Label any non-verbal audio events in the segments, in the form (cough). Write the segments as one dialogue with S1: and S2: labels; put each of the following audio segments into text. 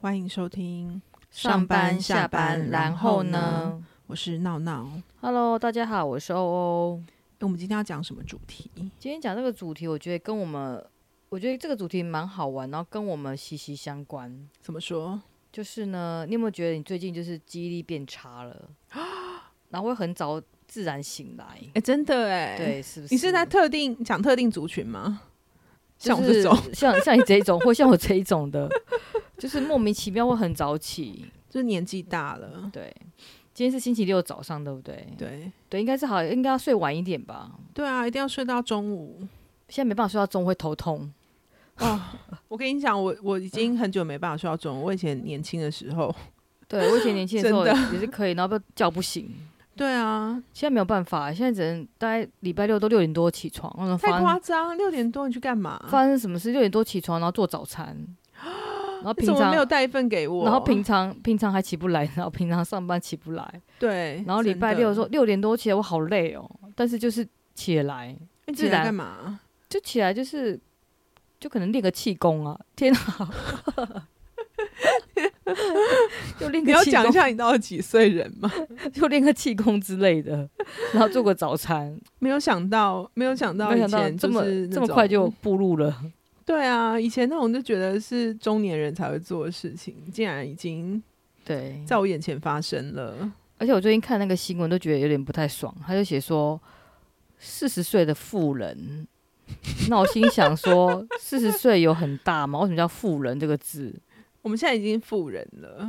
S1: 欢迎收听
S2: 上班、下班，然后？呢
S1: 我是闹闹。诶
S2: ？Hello，大家好，我是欧欧。
S1: 我们今天要讲什么主题？
S2: 今天讲这个主题，我觉得跟我们，我觉得这个主题蛮好玩，然后跟我们息息相关。
S1: 怎么说？
S2: 就是呢，你有没有觉得你最近就是记忆力变差了， (gasps) 然后会很早自然醒来？
S1: 哎、真的哎，，
S2: 对，是不是？
S1: 你是在特定讲特定族群吗？
S2: 就
S1: 像我这
S2: 是
S1: 种，
S2: 像像你这一种， (laughs) 或像我这一种的，就是莫名其妙会很早起。
S1: (laughs) 就是年纪大了，
S2: 对，今天是星期六早上，对不对？
S1: 对
S2: 对，应该是好，应该要睡晚一点吧。
S1: 对啊，一定要睡到中午。
S2: 现在没办法睡到中午会头痛。
S1: 我跟你讲，我我已经很久没办法睡到中午。我以前年轻的时候，
S2: 对我以前年轻的时候
S1: 真
S2: 也是可以，然后被叫不醒。
S1: 对啊，
S2: 现在没有办法，现在只能大概礼拜六都六点多起床，然后
S1: 太
S2: 发
S1: 夸
S2: 生
S1: 张，六点多你去干嘛？
S2: 发生什么事？六点多起床，然后做
S1: (gasps)
S2: 早餐，然后
S1: 你
S2: 平
S1: 怎么
S2: 常
S1: 没有带一份给我？
S2: 然后平常平常还起不来，然后平常上班起不
S1: (laughs)
S2: 来，
S1: 对，
S2: 然后礼拜六的时候
S1: 说
S2: 六点多起来，我好累哦，但是就是起得来
S1: 你
S2: 自
S1: 起来
S2: 然
S1: 干嘛？
S2: 就起来就是。就可能练个气功啊！天啊，
S1: (laughs)
S2: (laughs) 就练
S1: 你
S2: 个
S1: 要
S2: 气
S1: 讲一
S2: 功，
S1: 下你到底几岁人吗？
S2: 就练个气功之类的，然后做个早餐，
S1: 没有想到，没有 (laughs) 想到
S2: 没
S1: 以
S2: 想到
S1: 前
S2: 这
S1: 就
S2: 么
S1: 是那
S2: 这么
S1: 种嗯
S2: 快就步入了，
S1: 对啊，以前那种就觉得是中年人才会做的事情，竟然已经
S2: 对，
S1: 在我眼前发生了。
S2: 而且我最近看那个新闻都觉得有点不太爽，他就写说四十岁的富人，那我心想说四十岁有很大吗？为什么叫富人这个字？
S1: 我们现在已经富人了，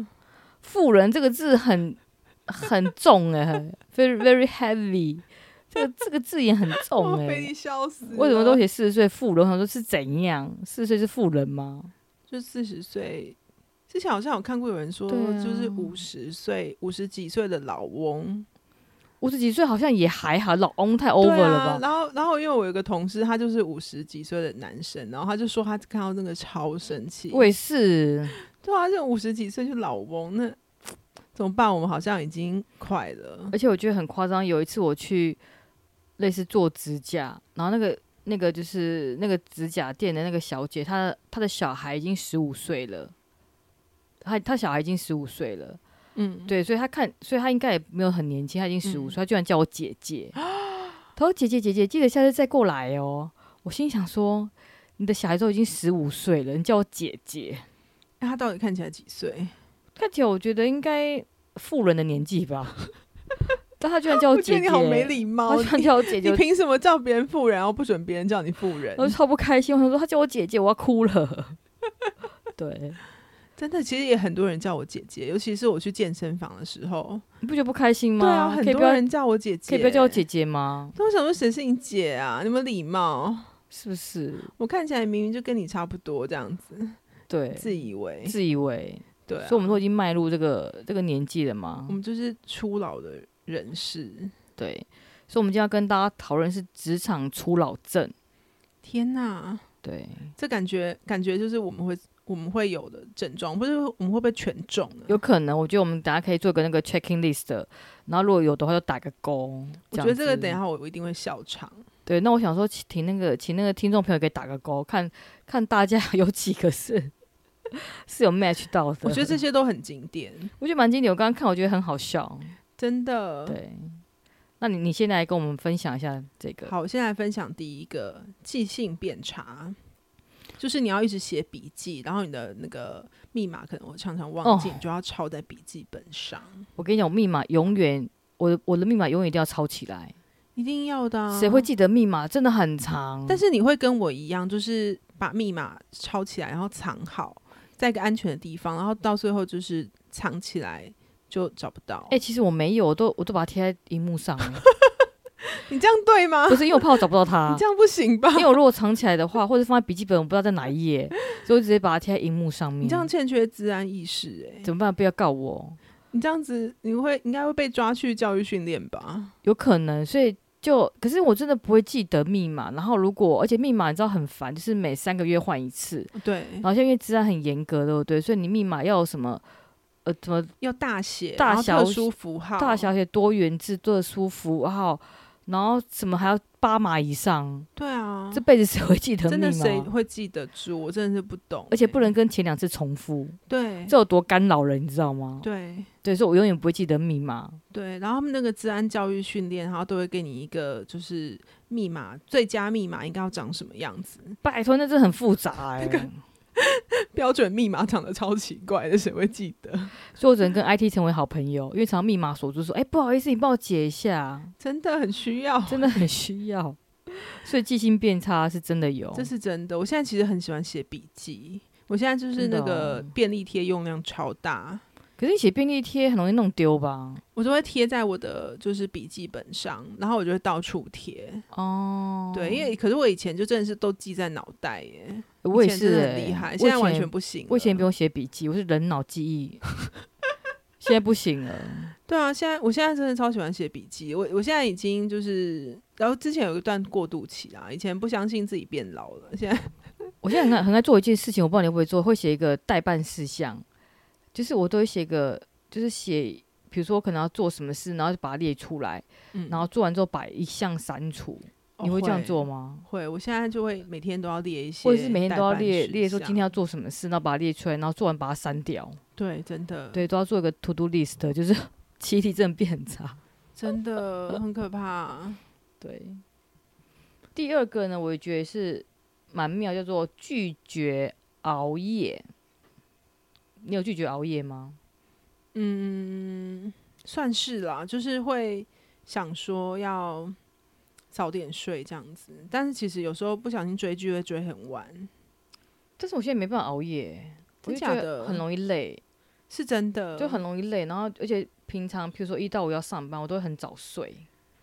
S2: 富人这个字很很重哎、v e r y very heavy，这个这个字眼很重
S1: (laughs) 哇
S2: 哎、
S1: 被你笑死了。
S2: 为什么都写四十岁富人？我想说是怎样？四十岁是富人吗？
S1: 就四十岁？之前好像有看过有人说，
S2: 对啊
S1: 就是五十岁、五十几岁的老翁
S2: 五十几岁好像也还好，老翁太
S1: 对
S2: over
S1: 啊
S2: 了。吧？
S1: 然后，然后因为我有一个同事，他就是五十几岁的男生，然后他就说他看到那个超生气。
S2: 我也是，
S1: 对啊，这五十几岁就老翁，那怎么办？我们好像已经快了。
S2: 而且我觉得很夸张，有一次我去类似做指甲，然后那个那个就是那个指甲店的那个小姐，她的她的小孩已经十五岁了，她她小孩已经十五岁了，
S1: 嗯，
S2: 对，所以她看，所以她应该也没有很年轻，她已经十五岁，她居然叫我姐
S1: (gasps)
S2: 姐，她说姐姐姐姐，记得下次再过来哦。我心想说，你的小孩都已经十五岁了，你叫我姐姐，
S1: 那他到底看起来几岁？
S2: 看起来我觉得应该富人的年
S1: (laughs)
S2: 纪吧。但她居然叫
S1: 我
S2: 我
S1: 觉
S2: 哦姐
S1: 得
S2: 姐，
S1: 你好没礼貌，
S2: 他居然
S1: 你
S2: 叫我姐
S1: 你
S2: 姐，我
S1: 凭什么叫别人富人，然后不准别人叫你富人？
S2: 我就超不开心。我想说，他叫我姐姐，我要哭了。 (laughs) 对，
S1: 真的，其实也很多人叫我姐姐，尤其是我去健身房的时候，
S2: 你不觉得不开心吗？
S1: 对啊，很
S2: 可以
S1: 多
S2: 不要
S1: 人叫我姐姐，
S2: 可以不要叫我姐。姐吗？
S1: 那我想说，谁是你姐啊？你们礼貌，
S2: (laughs) 是不是？
S1: 我看起来明明就跟你差不多，这样子
S2: 对，
S1: 自以为
S2: 自以为，
S1: 对、啊嗯
S2: 所以，我们都已经迈入这个这个年纪了嘛
S1: 我。们就是初老的人士。
S2: 对，所以我们今天要跟大家讨论是职场初老症。
S1: 天哪，
S2: 对，
S1: 这感觉感觉就是我们会我们会有的症状，不是我们会被全中呢？
S2: 有可能，我觉得我们等下可以做个那个 checking list，的然后如果有的话就打个勾。
S1: 我觉得
S2: 样
S1: 这个
S2: 子
S1: 等一下我我一定会笑场。
S2: 对，那我想说，请请那个请那个听众朋友给打个勾，看看大家 (laughs) 有几个是 (laughs) 是有 match 到的。
S1: 我觉得这，些都很经典，
S2: 我觉得蛮经典。我刚刚看，我觉得很好笑。
S1: 真的。
S2: 对，那你你现在来跟我们分享一下这个。
S1: 好，我现在分享第一个，记性变差，就是你要一直写笔记，然后你的那个密码可能我常常忘记，
S2: 哦
S1: 你就要抄在笔记本上，
S2: 我跟你讲，我密码永远，我的我的密码永远一定要抄起来。
S1: 一定要的、啊。
S2: 谁会？记得密码？真的很长。
S1: 但是你会跟我一样，就是把密码抄起来，然后藏好，在一个安全的地方，然后到最后就是藏起来就找不到。
S2: 哎、其实我没有，我都我都把它贴在荧幕上了，
S1: 你这样对吗？
S2: 不是因为我怕我找不到它
S1: (laughs) 你这，样不行吧？
S2: 因为我如果藏起来的话，或者放在笔记本，我不知道在哪一页，所以我直接把它贴在荧幕上面。
S1: 你这样欠缺治安意识、哎，
S2: 怎么办？不要告我。
S1: 你这样子你会应该会被抓去教育训练吧？
S2: 有可能，所以就可是我真的不会记得密码。然后如果而且密码你知道很烦，就是每三个月换一次。
S1: 对，
S2: 然后现在因为治安很严格，对不对？所以你密码要有什么呃什么
S1: 要大写，
S2: 大
S1: 然后
S2: 小
S1: 特殊符号，
S2: 大小写、多元字、特殊符号、然后什么还要八码以上，
S1: 对啊，
S2: 这辈子谁会记得密
S1: 真的谁
S2: 码？
S1: 会记得住？我真的是不懂欸、
S2: 而且不能跟前两次重复，
S1: 嗯对
S2: 这有多干扰人，你知道吗？
S1: 对
S2: 对，所以我永远不会记得密码。
S1: 对，然后他们那个治安教育训练，然后都会给你一个就是密码，最佳密码应该要长什么样子？ (laughs)
S2: 拜托，那真的很复杂哎、
S1: 标准密码长得超奇怪的，谁会记得？ (laughs)
S2: 所以我只能跟 IT 成为好朋友，因为常常密码锁住说，哎、不好意思，你帮我解一下，
S1: 真的很需要， (laughs)
S2: 真的很需要。所以记性变差是真的有，
S1: 这是真的。我现在其实很喜欢写笔记，我现在就是
S2: 真的
S1: 那个
S2: 哦
S1: 便利贴用量超大，
S2: 可是你写便利贴很容易弄丢吧？
S1: 我就会贴在我的就是笔记本上，然后我就会到处贴。
S2: 哦，
S1: 对，因为可是我以前就真的是都记在脑袋耶，
S2: 我也
S1: 以前真
S2: 是、
S1: 的
S2: 欸，
S1: 很厉害，
S2: 我
S1: 现在
S2: 以
S1: 完
S2: 前
S1: 全不行。
S2: 我以前不。用写笔记，我是人脑
S1: (laughs)
S2: 记忆，现在不行了。
S1: 对啊，现在我现在真的超喜欢写笔记，我我现在已经就是，然后之前有一段过渡期啦，以前不相信自己变老了，现在
S2: 我现在很爱很爱做一件事情，我不知道你会不会做，会写一个代办事项，就是我都会写一个，就是写，比如说我可能要做什么事，然后就把它列出来，
S1: 嗯
S2: 然后做完之后把一项删除。
S1: 哦
S2: 你会这样做吗？
S1: 会，我现在就会每天都要列一些代办
S2: 或者
S1: 事项，
S2: 是每天都要列列说今天要做什么事，然后把它列出来，然后做完把它删掉。
S1: 对，真的，
S2: 对，都要做一个 to do list，就是 (laughs) 记忆力真的变很差。
S1: 真的很可怕。
S2: 对，第二个呢，我也觉得是蛮妙，叫做拒绝熬夜。你有拒绝熬夜吗？
S1: 嗯，算是啦，就是会想说要早点睡这样子，但是其实有时候不小心追剧会追很晚，
S2: 但是我现在没办法熬夜，我
S1: 真
S2: 就觉
S1: 假
S2: 得
S1: 的？嗯
S2: 很容易累，
S1: 是真的，
S2: 就很容易累。然后，而且平常譬如说一到五要上班，我都会很早睡。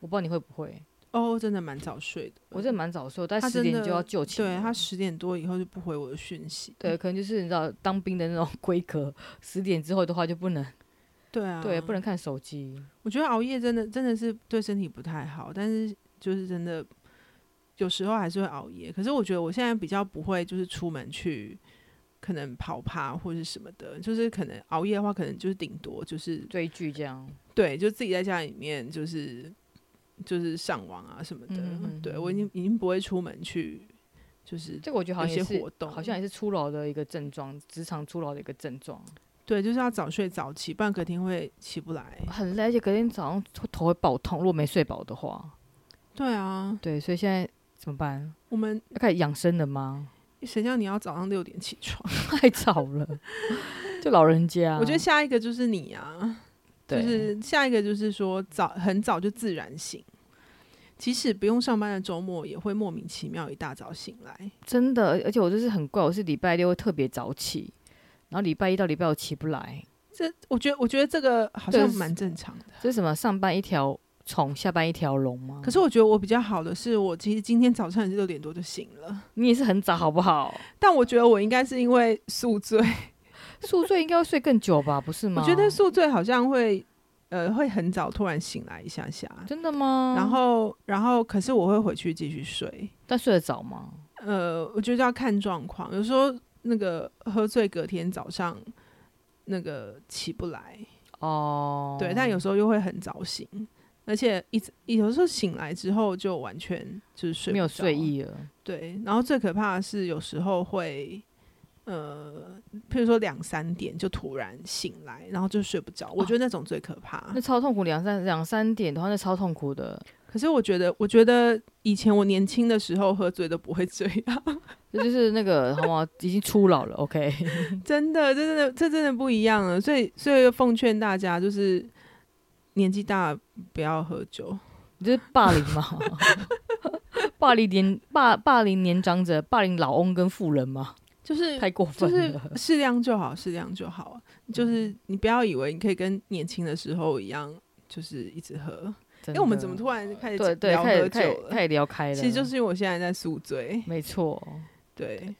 S2: 我不知道你会不会，
S1: 哦，真的蛮早睡的。
S2: 我真的蛮早睡，我大
S1: 嗯
S2: 概
S1: 他
S2: 十
S1: 真
S2: 点就
S1: 的
S2: 要就寝了。
S1: 对他十点多以后就不回我的讯息，
S2: 哦对，可能就是你知道当兵的那种 (laughs) 规格，十点之后的话就不能，
S1: 对啊，
S2: 对，不能。看手机。
S1: 我觉得熬夜真的真的是对身体不太好，但是就是真的有时候还是会熬夜。可是我觉得我现在比较不会就是出门去。可能跑趴或是什么的，就是可能熬夜的话，可能就是顶多就是
S2: 追剧这样，
S1: 对，就自己在家里面就是就是上网啊什么的。
S2: 嗯嗯
S1: (laughs)
S2: 嗯
S1: 对我已经已经不会出门去，就是
S2: 这个我觉得好像也
S1: 有些
S2: 是
S1: 活动
S2: 好像也是初老的一个症状，职场初老的一个症状，
S1: 对，就是要早睡早起，不然隔天会起不来。
S2: 很累，而且隔天早上会头会爆痛，如果没睡饱的话，
S1: 对啊，
S2: 对，所以现在怎么办？
S1: 我们
S2: 要开始养生了吗？ (laughs)
S1: 谁叫你要早上六点起床？
S2: 太早了， (laughs) 就老人家，
S1: 我觉得下一个就是你啊，就
S2: 对，
S1: 是下一个就是说早很早就自然醒，即使不用上班的周末也会莫名其妙一大早醒来。
S2: 真的，而且我就是很怪，我是礼拜六会特别早起，然后礼拜一到礼拜五起不来，
S1: 这我觉得，我觉得这个好
S2: 对
S1: 像蛮正常的。
S2: 这是什么？上班一条虫，下班一条龙吗？
S1: 可是我觉得我比较好的是，我其实今天早上也是六点多就醒了，
S2: 你也是很早，好不好？
S1: 但我觉得我应该是因为宿醉，
S2: 宿醉应该要睡更久吧，不是
S1: 我
S2: 吗？
S1: 觉得宿醉好像会呃会很早突然醒来一下下，
S2: 真的吗？
S1: 然后然后可是我会回去继续睡，
S2: 但睡得早吗？
S1: 呃，我觉得要看状况，有时候那个喝醉隔天早上那个起不来，
S2: 哦，
S1: 对，但有时候又会很早醒，而且一直有时候醒来之后就完全就是睡
S2: 没有
S1: 不着
S2: 睡，意了，
S1: 对，然后最可怕的是有时候会。呃，譬如说两三点就突然醒来，然后就睡不着，我觉得那种最可怕。
S2: 哦那超痛苦。两三两三点的话，那超痛苦的，
S1: 可是我觉得，我觉得以前我年轻的时候喝醉都不会这样，
S2: 这就是那个 (laughs) 好吗？已经初老了，OK？ (laughs)
S1: 真的，这真的，这真的不一样了。所以，所以奉劝大家，就是年纪大不要喝酒。
S2: 你就是霸凌嘛， (laughs) 霸凌年霸霸凌年长者，霸凌老翁跟妇人嘛，
S1: 就是
S2: 太过
S1: 就
S2: 分
S1: 是
S2: 了。嗯
S1: 适量就好，适量就好。就是你不要以为你可以跟年轻的时候一样，就是一直喝。
S2: 因
S1: 哎、我们怎么突然开始
S2: 对对
S1: 聊
S2: 开
S1: 喝
S2: 始开
S1: 酒
S2: 始
S1: 了？
S2: 开始聊开了？
S1: 其实就是因为我现在在宿醉。
S2: 没错。
S1: 对，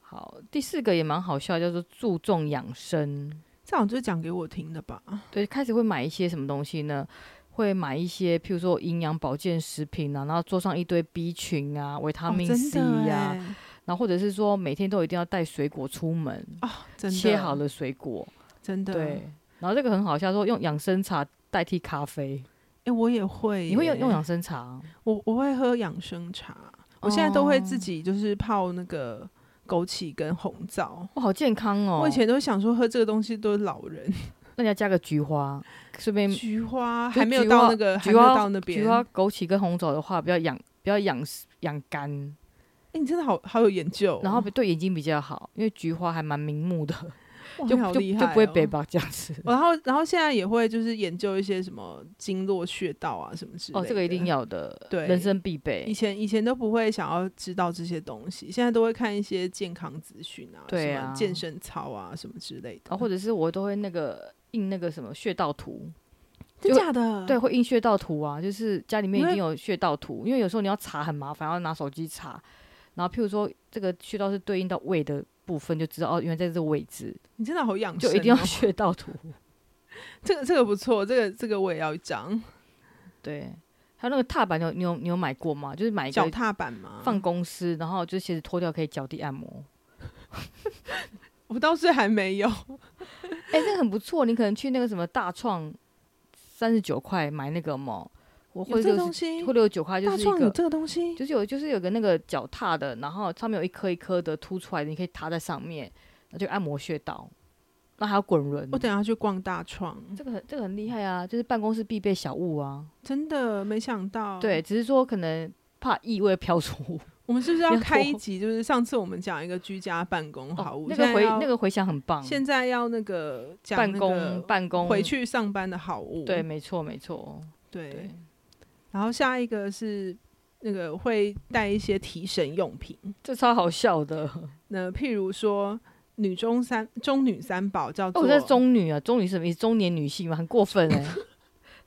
S2: 好，第四个也蛮好笑，叫做注重养生。
S1: 这好像就是讲给我听的吧？
S2: 对，开始会买一些什么东西呢？会买一些，譬如说营养保健食品啊，然后桌上一堆 B 群啊、维他
S1: 哦
S2: 命
S1: 真
S2: C
S1: 的
S2: 呀、
S1: 欸
S2: 然后或者是说每天都一定要带水果出门，
S1: 啊，真的
S2: 切好，的水果，
S1: 真的
S2: 对。然后这个很好笑，说用养生茶代替咖啡，
S1: 诶，我也会，欸
S2: 你会用用养，生茶啊？
S1: 我我会喝养生茶，我现在都会
S2: 哦
S1: 自己就是泡那个枸杞跟红枣。
S2: 哇，好健康哦！
S1: 我以前都想说喝这个东西都是老人，
S2: 那你要加个菊花，顺便
S1: 菊花
S2: 哎就
S1: 还没有
S2: 菊花
S1: 到那个，还
S2: 菊
S1: 没有
S2: 花
S1: 到那边。
S2: 菊花、枸杞跟红枣的话，比较养，比较养养肝，
S1: 诶，哎你真的好好有研究哦，
S2: 然后对眼睛比较好，因为菊花还蛮明目的，
S1: 哇
S2: 就
S1: 你好
S2: 就
S1: 厉害
S2: 就不会
S1: 哦
S2: 北吧这样子。
S1: 然后，然后现在也会就是研究一些什么经络穴道啊什么之类的。
S2: 哦，这个一定。要的，
S1: 对
S2: 人生必
S1: 以
S2: 备。
S1: 前以前都不会想要知道这些东西，现在都会看一些健康资讯啊，
S2: 对
S1: 什
S2: 啊
S1: 么健身操啊什么之类的。
S2: 哦，或者是我都会那个印那个什么穴道图，
S1: 真
S2: 就
S1: 假的？
S2: 对，，会印穴道图啊，就是家里面
S1: 嗯因
S2: 已
S1: 为
S2: 经有穴道图，因为有时候你要查很麻烦，要拿手机查。然后譬如说这个穴道是对应到胃的部分，就知道哦，原来在这个位置，
S1: 你真的好养生、
S2: 就
S1: 哦，
S2: 一定要穴
S1: (laughs)
S2: 道图。
S1: 这个这个不错，这个这个我也要一张
S2: 对，还有那个踏板，你有你有你有买过吗？就是买一
S1: 脚
S2: 个
S1: 踏板嘛。
S2: 放公司，然后就鞋子脱掉可以脚底按摩。
S1: 我倒是还没有，
S2: 哎、这个很不错，你可能去那个什么大创，三十九块买那个嘛，我
S1: 有
S2: 会
S1: 这
S2: 六
S1: 个东
S2: 十，
S1: 西
S2: 会。六九块就
S1: 哎大
S2: 是一
S1: 壮有
S2: 个，
S1: 这个东西，
S2: 就是有就是有个那个脚踏的，然后上面有一颗一颗的凸出来的，你可以踏在上面，那就按摩穴道，那还有滚轮
S1: 我。等下去逛大创，
S2: 这个很这个很厉害啊，就是办公室必备小物啊。
S1: 真的没想到。
S2: 对，，只是说可能怕异味
S1: (laughs)
S2: 飘出。
S1: 我们是不是要
S2: 要
S1: 开一
S2: 做
S1: 集？就是上次我们讲一个居家办公哦好物，
S2: 那
S1: 现
S2: 个
S1: 在
S2: 回
S1: 要
S2: 那个回响很棒。
S1: 现在要那个讲
S2: 办
S1: 那
S2: 公
S1: 个
S2: 办公
S1: 回去上班的好物，
S2: 对，没错没错，
S1: 对
S2: 对，
S1: 然后下一个是那个会带一些提神用品，
S2: 这超好笑的。
S1: 那譬如说女中三中女三宝叫做、
S2: 哦，这是中女啊，中女是什么意思？中年女性嘛，很过分
S1: (laughs)
S2: 哎、欸。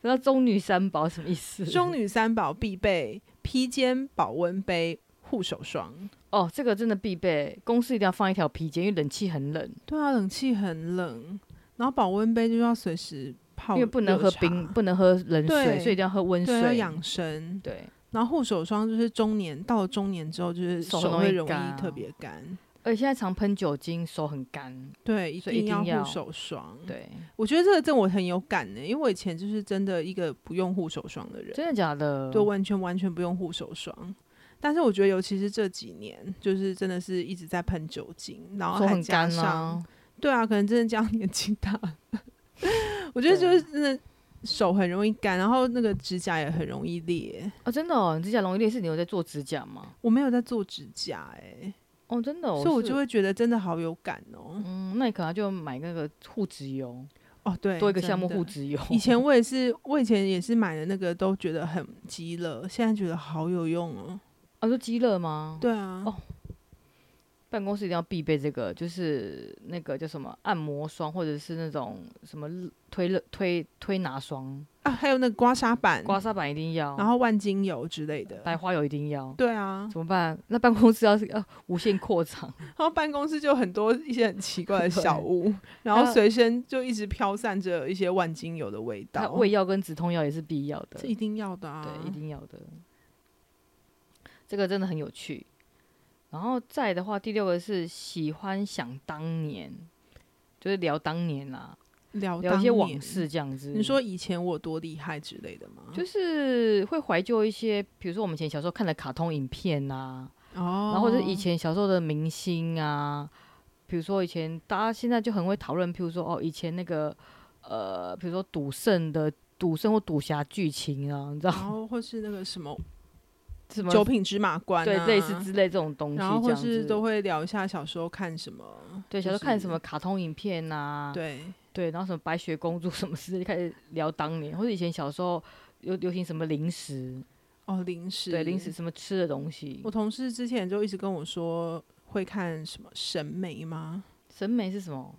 S2: 那中女三宝什么意思？ (laughs)
S1: 中女三宝必备披肩保温杯。护手霜，
S2: 哦，这个真的必备，公司一定要放一条披肩，因为冷气很冷，
S1: 对啊，冷气很冷，然后保温杯就要随时泡，
S2: 因为不能喝冰，，不能喝冷水，
S1: 对
S2: 所以一定要喝温
S1: 对，要
S2: 水。
S1: 养生。
S2: 对，
S1: 然后护手霜就是中年到了中年之后，就是
S2: 手
S1: 手
S2: 容
S1: 会
S2: 易
S1: 容
S2: 干
S1: 易
S2: 啊
S1: 特别干，
S2: 而且现在常喷酒精，手很干。
S1: 对，一
S2: 所以一
S1: 定要
S2: 定要
S1: 护手霜。，
S2: 对，
S1: 我觉得这个真的我很有感呢、因为我以前就是真的一个不用护手霜的人，
S2: 真的假的？
S1: 对，完全完全不用护手霜。但是我觉得，尤其是这几年，就是真的是一直在喷酒精，然后
S2: 手
S1: 还
S2: 很
S1: 加
S2: 干
S1: 上，
S2: 啊。
S1: 对啊，可能真的加上年纪大了，我觉得就是真的手很容易干，然后那个指甲也很容易裂。
S2: 哦，真的哦，你指甲容易裂，是你有在做指甲吗？
S1: 我没有在做指甲哎、
S2: 哦，真的、哦，
S1: 所以我
S2: 是
S1: 就会觉得真的好有感哦。
S2: 嗯，那你可能就买那个护指油，
S1: 哦，对，
S2: 多一个项目
S1: 真的
S2: 护指油。
S1: 以前我也是，我以前也是买的那个，都觉得很鸡肋，现在觉得好有用哦。
S2: 啊，说鸡肋吗？，
S1: 对啊，
S2: 哦办公室一定要必备这个，就是那个叫什么按摩霜，或者是那种什么推热推推拿霜，
S1: 啊，还有那个刮痧板，
S2: 刮痧板一定要，
S1: 然后万金油之类的。
S2: 白花油一定要。
S1: 对啊，
S2: 怎么办？那办公室要是要无限扩张，
S1: 然后办公室就很多一些很奇怪的
S2: 对
S1: 小物， (laughs) 然
S2: 还
S1: 后
S2: 有
S1: 随身就一直飘散着一些万金油的味
S2: 它
S1: 道。
S2: 胃药跟止痛药也是必要的，
S1: 是一定要的啊，
S2: 对，一定要的。这个真的很有趣。然后再的话，第六个是喜欢想当年，就是聊当年啦，
S1: 聊
S2: 聊一些
S1: 哦当
S2: 往
S1: 年。
S2: 事这样子。
S1: 你说以前我多厉害之类的吗？
S2: 就是会怀旧一些，比如说我们以前小时候看的卡通影片啊，
S1: 哦，
S2: 然后或者以前小时候的明星啊，比如说以前大家现在就很会讨论，譬如说哦，以前那个呃，比如说赌圣的赌圣或赌侠剧情啊，你知道
S1: 然后或是那个什么
S2: 什么
S1: 九品芝麻官、啊，
S2: 对类似之类这种东西，
S1: 然后
S2: 这
S1: 或
S2: 样
S1: 是都
S2: 子。
S1: 会聊一下小时候看什么，
S2: 对，小时
S1: 就
S2: 候看
S1: 是
S2: 什么卡通影片呐、
S1: 对，
S2: 对，然后什么白雪公主什么事，就开始聊当年，或者以前小时候流流行什么零食，
S1: 哦，零食，
S2: 对，零食。什么吃的东西
S1: 我，同事之前就一直跟我说会看什么审美吗？
S2: 审美是什么？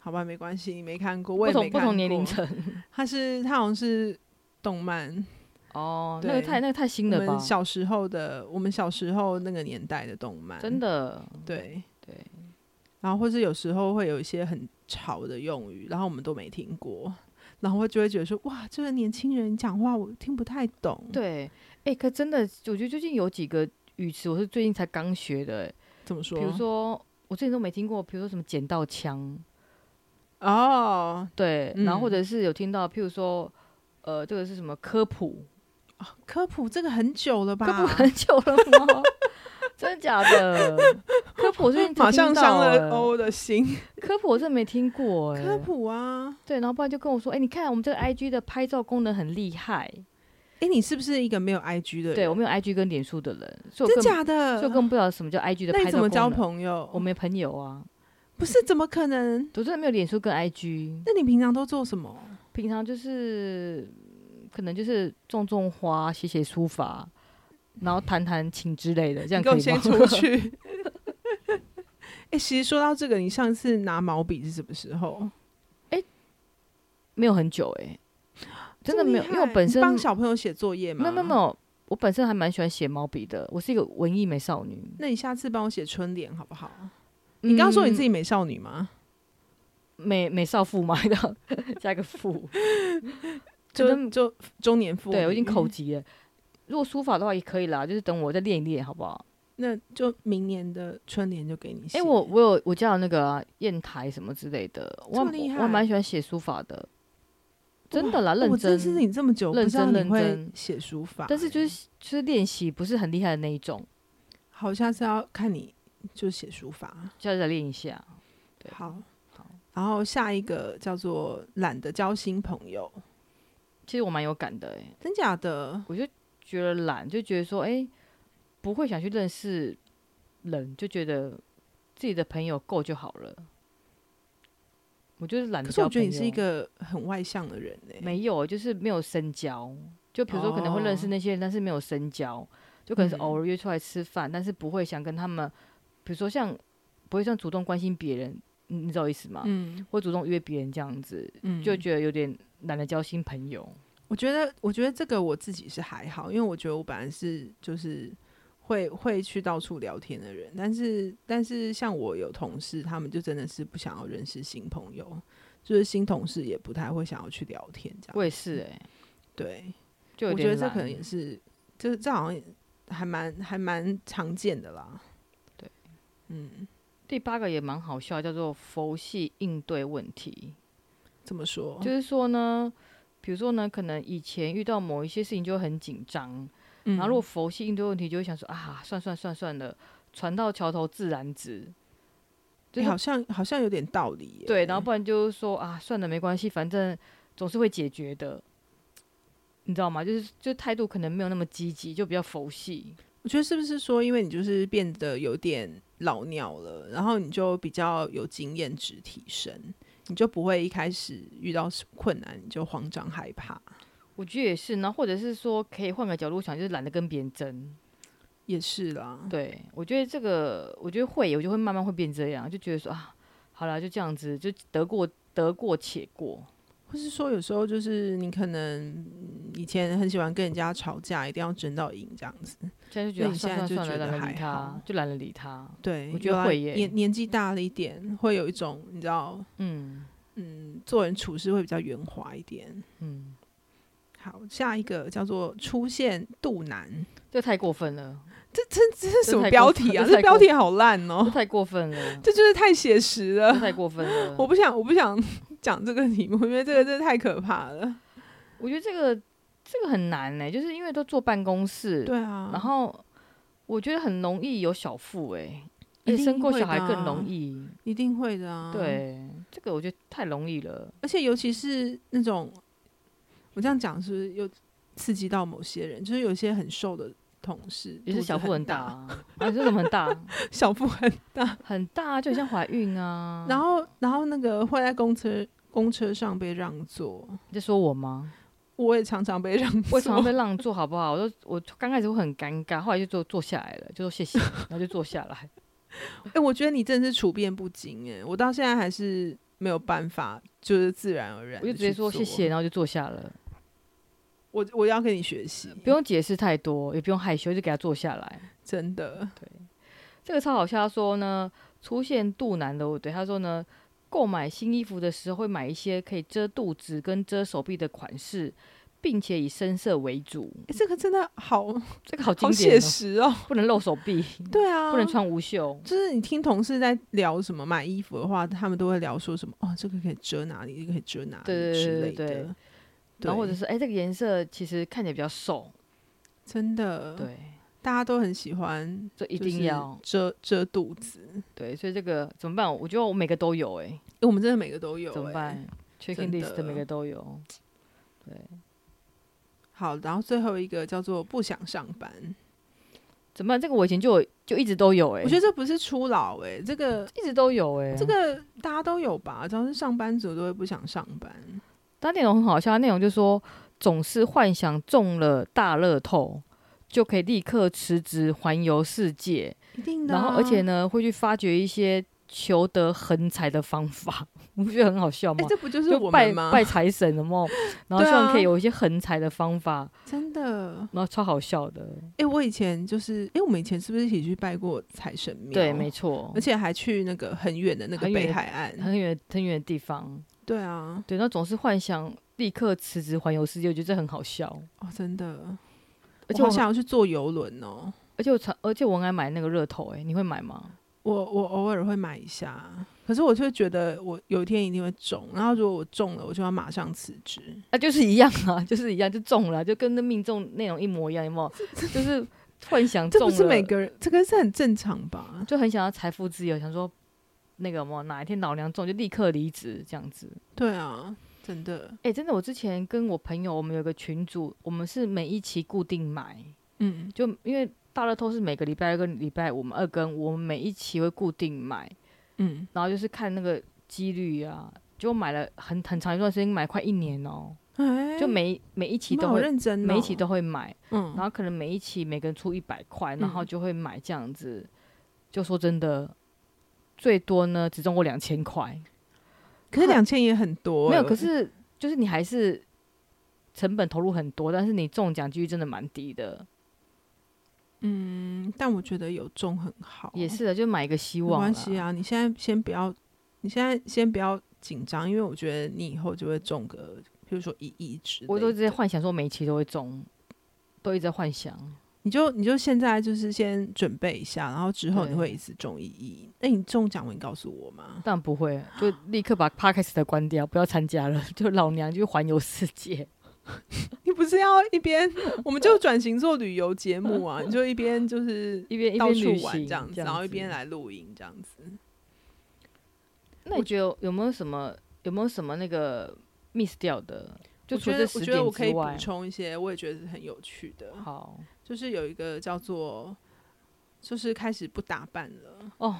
S1: 好吧，没关系，你没看过，我
S2: 不
S1: 也没
S2: 同不
S1: 看
S2: 同年
S1: 过
S2: 龄，层 (laughs)
S1: 他是他好像是动漫，
S2: 哦，那个
S1: 对
S2: 太那个太新
S1: 我
S2: 了吧
S1: 们，小时候的，我们小时候那个年代的动漫，
S2: 真的
S1: 对
S2: 对。
S1: 然后或是有时候会有一些很潮的用语，然后我们都没听过，然后我就会觉得说，哇，这个年轻人讲话我听不太懂，，
S2: 对，哎、可真的，我觉得最近有几个语词我是最近才刚学的、诶
S1: 怎么说？
S2: 比如说我之前都没听过，比如说什么剪刀枪，
S1: 哦，
S2: 对，然后或
S1: 嗯
S2: 者是有听到，譬如说呃，这个是什么科普？
S1: 科普这个很久了吧？
S2: 科普很久了吗？ (laughs) 真的假的？科普我最近才
S1: 马上
S2: 听
S1: 伤
S2: 到
S1: 了
S2: 欸
S1: 欧的心。
S2: 科普我真的没听过哎、
S1: 科普啊，
S2: 对，然后不然就跟我说，哎、你看我们这个 IG 的拍照功能很厉害。
S1: 哎、你是不是一个没有 IG 的人？
S2: 对我没有 IG 跟脸书的人，所以我
S1: 真假
S2: 更所以我
S1: 的？
S2: 更不知道什么叫 IG 的
S1: 那
S2: 拍
S1: 你
S2: 照
S1: 怎
S2: 功
S1: 么
S2: 能。
S1: 交朋友？
S2: 我没朋友啊，
S1: 不是怎么可能？
S2: 我真的没有脸书跟 IG，
S1: 那你平常都做什么？
S2: 平常就是嗯可能就是种种花、写写书法，然后弹弹琴之类的，这样
S1: 你
S2: 可
S1: 跟我
S2: 以
S1: 先
S2: 吗？ (laughs)
S1: 出去。哎、其实说到这个，你上次拿毛笔是什么时候？
S2: 没有很久哎、真的
S1: 这么
S2: 没有，
S1: 厉
S2: 因为我
S1: 害
S2: 本
S1: 你
S2: 身
S1: 帮啊小朋友写作业吗？
S2: 没有没有没。有，我本身还蛮喜欢写毛笔的，我是一个文艺美少女。
S1: 那你下次帮我写春联好不好？你刚刚说你自
S2: 己
S1: 己美少女吗？
S2: 嗯美美少妇嘛， (laughs) 要加个妇，
S1: 就
S2: 真的
S1: 就中年妇女，
S2: 对我已经口急了。如果书法的话也可以啦，就是等我再练一练，好不好？
S1: 那就明年的春联就给你写。
S2: 哎、我我有我家有那个啊砚、台什么之类的，我
S1: 这
S2: 还
S1: 么厉害
S2: 我还蛮喜欢写书法的，真的啦，
S1: 哇
S2: 认
S1: 我
S2: 真
S1: 认。识你这么久，
S2: 认
S1: 不知道
S2: 真
S1: 你
S2: 认
S1: 会
S2: 真
S1: 写书法欸，
S2: 但是就是就是练习不是很厉害的那一种，
S1: 好，下次要看你就写书法。
S2: 下次再练一下。对
S1: 好，
S2: 好，
S1: 然后下一个叫做懒得交新朋友，
S2: 其实我蛮有感的哎、
S1: 真假的？
S2: 我就觉得懒，就觉得说，哎、不会想去认识人，就觉得自己的朋友够就好了。我就是懒得
S1: 可是
S2: 交
S1: 我觉
S2: 朋
S1: 得
S2: 友。
S1: 你是一个很外向的人呢、
S2: 没有，就是没有深交。就比如说可能会认识
S1: 哦
S2: 那些人，但是没有深交，就可能是
S1: 嗯
S2: 偶尔约出来吃饭，但是不会想跟他们，比如说像不会像主动关心别人，你你知道我意思吗？
S1: 嗯
S2: 会主动约别人这样子，
S1: 嗯，
S2: 啊就觉得有点懒得交新朋友。
S1: 我觉得，我觉得这个我自己是还好，因为我觉得我本来是就是会会去到处聊天的人，但是但是像我有同事，他们就真的是不想要认识新朋友，就是新同事也不太会想要去聊天这样。
S2: 我也是哎、
S1: 对，
S2: 就有
S1: 我觉
S2: 点
S1: 得这
S2: 懒
S1: 可能也是，这这好像也还蛮还蛮常见的啦。
S2: 对，
S1: 嗯，
S2: 第八个也蛮好笑，叫做佛系应对问题。
S1: 怎么说？
S2: 就是说呢，比如说呢，可能以前遇到某一些事情就会很紧张，
S1: 嗯
S2: 然后如果佛系应对问题，就会想说啊，算算算算了，船到桥头自然直。就
S1: 诶
S2: 是
S1: 好像好像有点道理耶。
S2: 对，然后不然就是说啊，算了，没关系，反正总是会解决的。你知道吗？就是就态度可能没有那么积极，就比较佛系。
S1: 我觉得是不是说，因为你就是变得有点老鸟了，然后你就比较有经验值提升，你就不会一开始遇到什么困难你就慌张害怕，
S2: 我觉得也是，然后或者是说可以换个角度想，就是懒得跟别人争。
S1: 也是啦。
S2: 对，我觉得这个，我觉得会，我就会慢慢会变这样，就觉得说啊，好啦，就这样子，就得过得过且过。
S1: 或是说，有时候就是你可能嗯以前很喜欢跟人家吵架，一定要争到赢这样子。
S2: 现在就觉得、
S1: 那
S2: 啊、
S1: 你
S2: 算算
S1: 现在
S2: 算
S1: 就
S2: 了，
S1: 觉得
S2: 懒得理
S1: 还好
S2: 他，就懒得理他。
S1: 对，
S2: 我觉得
S1: 有啊
S2: 会耶
S1: 年年纪大了一点，会有一种你知道，
S2: 嗯
S1: 嗯，做人处事会比较圆滑一点。
S2: 嗯，
S1: 好，下一个叫做出现肚腩，
S2: 这太过分了，
S1: 这是什么
S2: 太过
S1: 标
S2: 分
S1: 题啊？
S2: (laughs) 这
S1: 这
S2: 太
S1: 标
S2: 过
S1: 题好烂哦、
S2: 这太过分了，
S1: 这就是太写实
S2: 这
S1: 了。
S2: 太过分了。
S1: 我
S2: 我
S1: 不想，我不想 (laughs) 讲这个题目，因为这个真的太可怕了。
S2: 我觉得这个这个很难呢、就是因为都坐办公室，
S1: 对啊，
S2: 然后我觉得很容易有小腹哎、
S1: 一
S2: 而且
S1: 定
S2: 生过
S1: 会
S2: 小
S1: 的
S2: 孩更
S1: 啊
S2: 容易。
S1: 一定会的啊。，
S2: 对，这个我觉得太容易了。
S1: 而且尤其是那种，我这样讲是不是又刺激到某些人？就是有些很瘦的同事，
S2: 也是
S1: 肚子
S2: 小腹很
S1: 很
S2: 大，啊，啊你说什么很大？
S1: 小腹很大，
S2: 很大啊，就很像怀孕啊。
S1: (laughs) 然后然后那个会在公车公车上被让座，
S2: 你在说我吗？
S1: 我也常常被让座，
S2: 我也常常被让座，好不好？我都我刚开始会很尴尬，后来就坐坐下来了，就说谢谢，然后就坐下
S1: (laughs)
S2: 来。
S1: (laughs) 哎、我觉得你真的是处变不惊哎、我到现在还是没有办法，就是自然而然，
S2: 我就直接说谢谢，。然后就坐下了，
S1: 我我要跟你学习，
S2: 不用解释太多，也不用害羞，就给他坐下来。
S1: 真
S2: (laughs)
S1: 的，
S2: 这个超好笑，他说呢，出现肚腩的，我对他说呢，购买新衣服的时候会买一些可以遮肚子跟遮手臂的款式，并且以深色为主。
S1: 哎、这个真的好
S2: 这个好经
S1: 好写
S2: 典、哦，
S1: 实哦。
S2: 不能露手
S1: (laughs)
S2: 臂，
S1: 对啊，
S2: 不能。穿无袖。
S1: 就是你听同事在聊什么买衣服的话，他们都会聊说什么哦，这个可以遮哪里，这个可以遮哪里
S2: 对对对
S1: 之类
S2: 对对
S1: 的。
S2: 然后或
S1: 对
S2: 者是哎、这个颜色其实看起来比较瘦，
S1: 真的，，
S2: 对，
S1: 大家都很喜欢，
S2: 这一定要
S1: 遮遮肚子。
S2: 对，所以这个怎么办？我觉得我每个都有哎、
S1: 诶我们真的每个都有、欸
S2: 怎么
S1: 诶
S2: 办？Checking
S1: 真
S2: list
S1: 的
S2: 每个都有，
S1: 好，然后最后一个叫做不想上班，
S2: 怎么办？这个我以前就有，就一直都有哎、
S1: 我觉得这不是初老哎、这个
S2: 一直都有哎、
S1: 这个大家都有吧，只要是上班族都会不想上班。
S2: 它内容很好笑，它内容就说总是幻想中了大乐透就可以立刻辞职环游世界，
S1: 一定的、啊
S2: 然后而且，呢会去发掘一些求得横财的方法， (laughs) 你不觉得很好笑
S1: 哎、
S2: 吗？
S1: 这不就是
S2: 就
S1: 我
S2: 拜
S1: 们吗？
S2: 拜财神
S1: (laughs)
S2: 的梦，然后
S1: 对啊
S2: 希望可以有一些横财的方法，
S1: 真的，
S2: 然后超好笑的。
S1: 哎、我以前就是，哎、我们以前是不是一起去拜过财神庙？
S2: 对，没错
S1: 而，且还去那个很远的那个
S2: 很远
S1: 北
S2: 的
S1: 海岸。
S2: 很远很远的地方，
S1: 对啊，
S2: 对，那总是幻想立刻辞职环游世界，我觉得这很好笑。
S1: 哦，真的，
S2: 而
S1: 而
S2: 且
S1: 且
S2: 我
S1: 我想要去坐游轮哦。
S2: 而且我常，而且我很爱买那个热头、欸，你会买吗？
S1: 我我偶尔会买一下，啊可是我就觉得我有一天一定会中，然后如果我中了，我就要马上辞职。
S2: 啊，就是一样啊， (laughs) 就是一样，就中了啊、就跟那命中内容一模一样，
S1: (laughs)
S2: 有没有？就是幻想
S1: 这
S2: 中
S1: 不
S2: 了，
S1: 是每个人，这个是很正常吧？
S2: 就很想要财富自由，想说那个嘛，哪一天老娘中就立刻离职这样子。
S1: 对啊，真的，
S2: 哎、真的，我之前跟我朋友，我们有个群组，我们是每一期固定买，
S1: 嗯，
S2: 就因为大乐透是每个礼拜二跟礼拜五，我们二跟我们每一期会固定买，
S1: 嗯，
S2: 然后就是看那个几率啊，就买了很很长一段时间，买快一年哦、
S1: 哎
S2: 就每每一期
S1: 你们
S2: 都
S1: 好
S2: 会，
S1: 认真、哦，
S2: 每一期都，会买。
S1: 嗯，
S2: 然后可能每一期每个人出一百块，然后
S1: 嗯
S2: 就会买这样子。就说真的，最多呢只中过两千块，
S1: 可是两千也很多、
S2: 没有。可是就是你还是成本投入很多，但是你中奖几率真的蛮低的，
S1: 嗯，但我觉得有中很好，
S2: 也是的，就买一个希
S1: 哦没
S2: 望。
S1: 关系，啊。你现在先不要，你现在先不要紧张，因为我觉得你以后就会中个，比如说一亿之类的。
S2: 我都一直在幻想说每一期都会中，都一直在幻想。
S1: 你就你就现在就是先准备一下，然后之后
S2: 对
S1: 你会一次中一亿。那你中奖了，你告诉我吗？ (laughs)
S2: 但不会，
S1: (gasps)
S2: 就立刻把 podcast 的关掉，不要参加了，就老娘就环游世界。
S1: 你不是要一
S2: (laughs)
S1: 边，我们就转型做旅游节目啊，你就一边就是
S2: (laughs) 一边一
S1: 到
S2: 边
S1: 处
S2: 旅
S1: 玩
S2: 行
S1: 这样子，然后一边来录音这样子。
S2: 那你觉得有没有什么有没有什么那个 miss 掉的？就
S1: 我
S2: 除
S1: 觉
S2: 了这
S1: 得
S2: 十
S1: 我觉得
S2: 点
S1: 我可以
S2: 之
S1: 补
S2: 外，
S1: 充一些，我也觉得是很有趣的，
S2: 好
S1: 就是有一个叫做，就是开始不打扮了。
S2: 哦，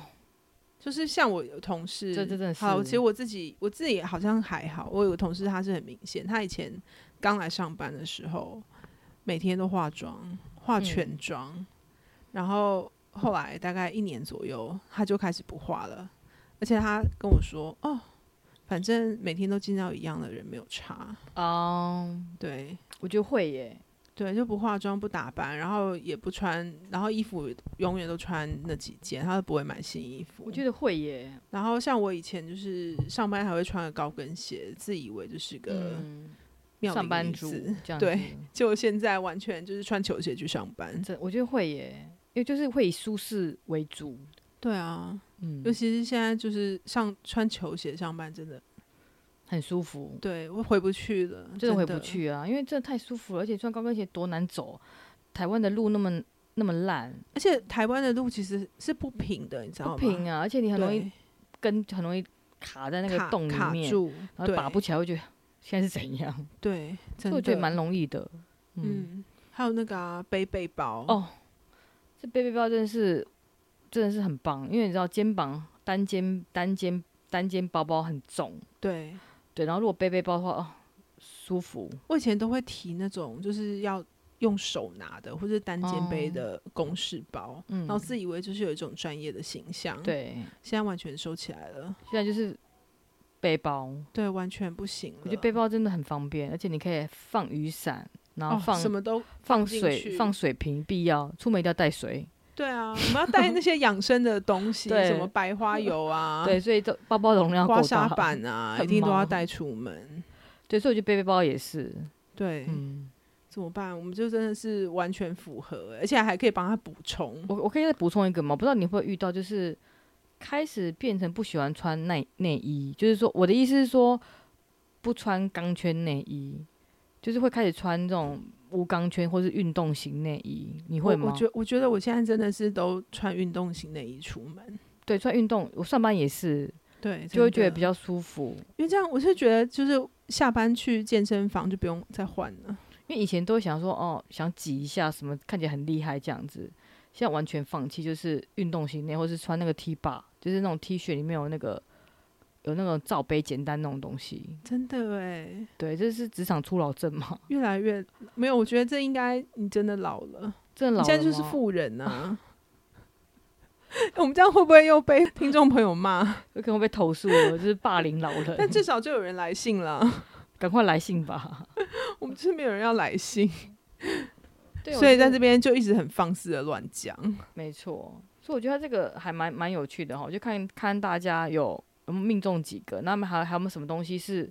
S1: 就是像我有同事，
S2: 这这真的是
S1: 好。其实我自己我自己好像还好，我有个同事他是很明显，他以前刚来上班的时候，每天都化妆，化
S2: 嗯
S1: 全妆，然后后来大概一年左右，他就开始不化了，而且他跟我说，哦，反正每天都见到一样的人没有差，
S2: 啊、
S1: 对。
S2: 我觉得会耶，
S1: 对，就不化妆、不打扮，然后也不穿，然后衣服永远都穿那几件，他都不会买新衣服。
S2: 我觉得会耶，
S1: 然后像我以前就是上班还会穿个高跟鞋，自以为就是个
S2: 嗯，
S1: 妙龄
S2: 上班
S1: 女
S2: 族
S1: 子 (laughs)
S2: 这样子，
S1: 对，就现在完全就是穿球鞋去上班。
S2: 这我觉得会耶，因为就是会以舒适为主，
S1: 对啊，
S2: 嗯
S1: 尤，其是现在就是上穿球鞋上班，真的，
S2: 很舒服，
S1: 对我回不去了，
S2: 真
S1: 真
S2: 的回不。去啊，因为真的太舒服了，而且穿高跟鞋多难走，台湾的路那么那么烂，
S1: 而且台湾的路其实是不平的，你知道
S2: 不
S1: 吗？
S2: 平啊，而且你很容易
S1: 对
S2: 跟很容易卡在那个
S1: 卡
S2: 洞里
S1: 卡
S2: 面，
S1: 住，
S2: 然后
S1: 对
S2: 拔不起来，我觉得现在是怎样？
S1: 对，真
S2: 所以
S1: 的
S2: 我觉得蛮容易的。嗯，
S1: 嗯。还有那个啊，背背包
S2: 哦这背背包真的是真的是很棒，因为你知道肩膀单肩单肩单肩包包很重，
S1: 对，
S2: 对，然后如果背背包的话，哦，舒服，
S1: 我以前都会提那种就是要用手拿的或者单肩背的公事包，
S2: 哦嗯
S1: 然后自以为就是有一种专业的形象。，
S2: 对，
S1: 现在完全收起来了，
S2: 现在就是背包，
S1: 对，完全不行了。
S2: 我觉得背包真的很方便，而且你可以放雨伞，然后
S1: 哦
S2: 放、
S1: 什么都
S2: 放
S1: 进
S2: 水
S1: 去
S2: 放水瓶，必要出门一定要带水，
S1: 对啊，我们要带那些养生的东西，
S2: (laughs) 对
S1: 什么白花油啊，
S2: (laughs) 对，，所以这包包容量够
S1: 花沙
S2: 大，
S1: 板啊，
S2: 很
S1: 一定都要
S2: 忙
S1: 带出门。
S2: 对，所以我觉得背背包也是，
S1: 对，
S2: 嗯。
S1: 怎么办？我们就真的是完全符合，而且还可以帮他补充。
S2: 我我可以再补充一个吗？不知道你会不会遇到，就是开始变成不喜欢穿内内衣，就是说我的意思是说不穿钢圈内衣，就是会开始穿这种无钢圈或是运动型内衣，你
S1: 你
S2: 会
S1: 我
S2: 吗？
S1: 觉我觉得我现在真的是都穿运动型内衣出门，
S2: 对，穿运动，我上班也是，
S1: 对，
S2: 就会
S1: 真
S2: 觉得
S1: 的
S2: 比，较舒服。
S1: 因为这样我是觉得就是下班去健身房就不用再换了。
S2: 因为以前都会想说，哦，想挤一下什么，看起来很厉害这样子，现在完全放弃，就是运动型内，或是穿那个 T 吧，就是那种 T 恤里面有那个有那种罩杯，简单那种东西。
S1: 真的哎，
S2: 对，这是职场初老症嘛？
S1: 越来越没有，我觉得这应该你真的老了，
S2: 真的
S1: 你
S2: 老
S1: 现在
S2: 了
S1: 就是
S2: 吗
S1: 富人呐、 (laughs) 我们这样会不会又被听众朋友骂？
S2: 有可能会被投诉了，就是霸凌老人。
S1: 但至少就有人来信了，
S2: 赶快来信吧。
S1: 我们就是没有人要来信，
S2: 对
S1: 所以在这边就一直很放肆的乱讲。
S2: 没错，所以我觉得他这个还蛮蛮有趣的哈，就看看大家有有没有命中几个，那么还还有没有什么东西是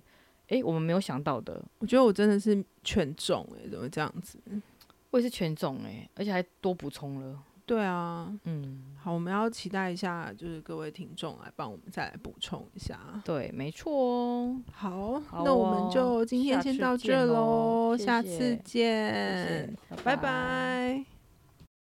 S2: 诶我们没有想到的？
S1: 我觉得我真的是全中哎、怎么这样子？
S2: 我也是全中诶，而且还多补充了。
S1: 对啊，
S2: 嗯，
S1: 好，我们要期待一下，就是各位听众来帮我们再来补充一下。
S2: 对，没错哦。
S1: 好，
S2: 好
S1: 那我们
S2: 哦
S1: 就今天
S2: 下
S1: 先
S2: 次
S1: 到
S2: 见
S1: 这
S2: 咯
S1: 喽，
S2: 谢
S1: 下
S2: 谢
S1: 次
S2: 谢
S1: 见，
S2: 谢
S1: 嗯拜。拜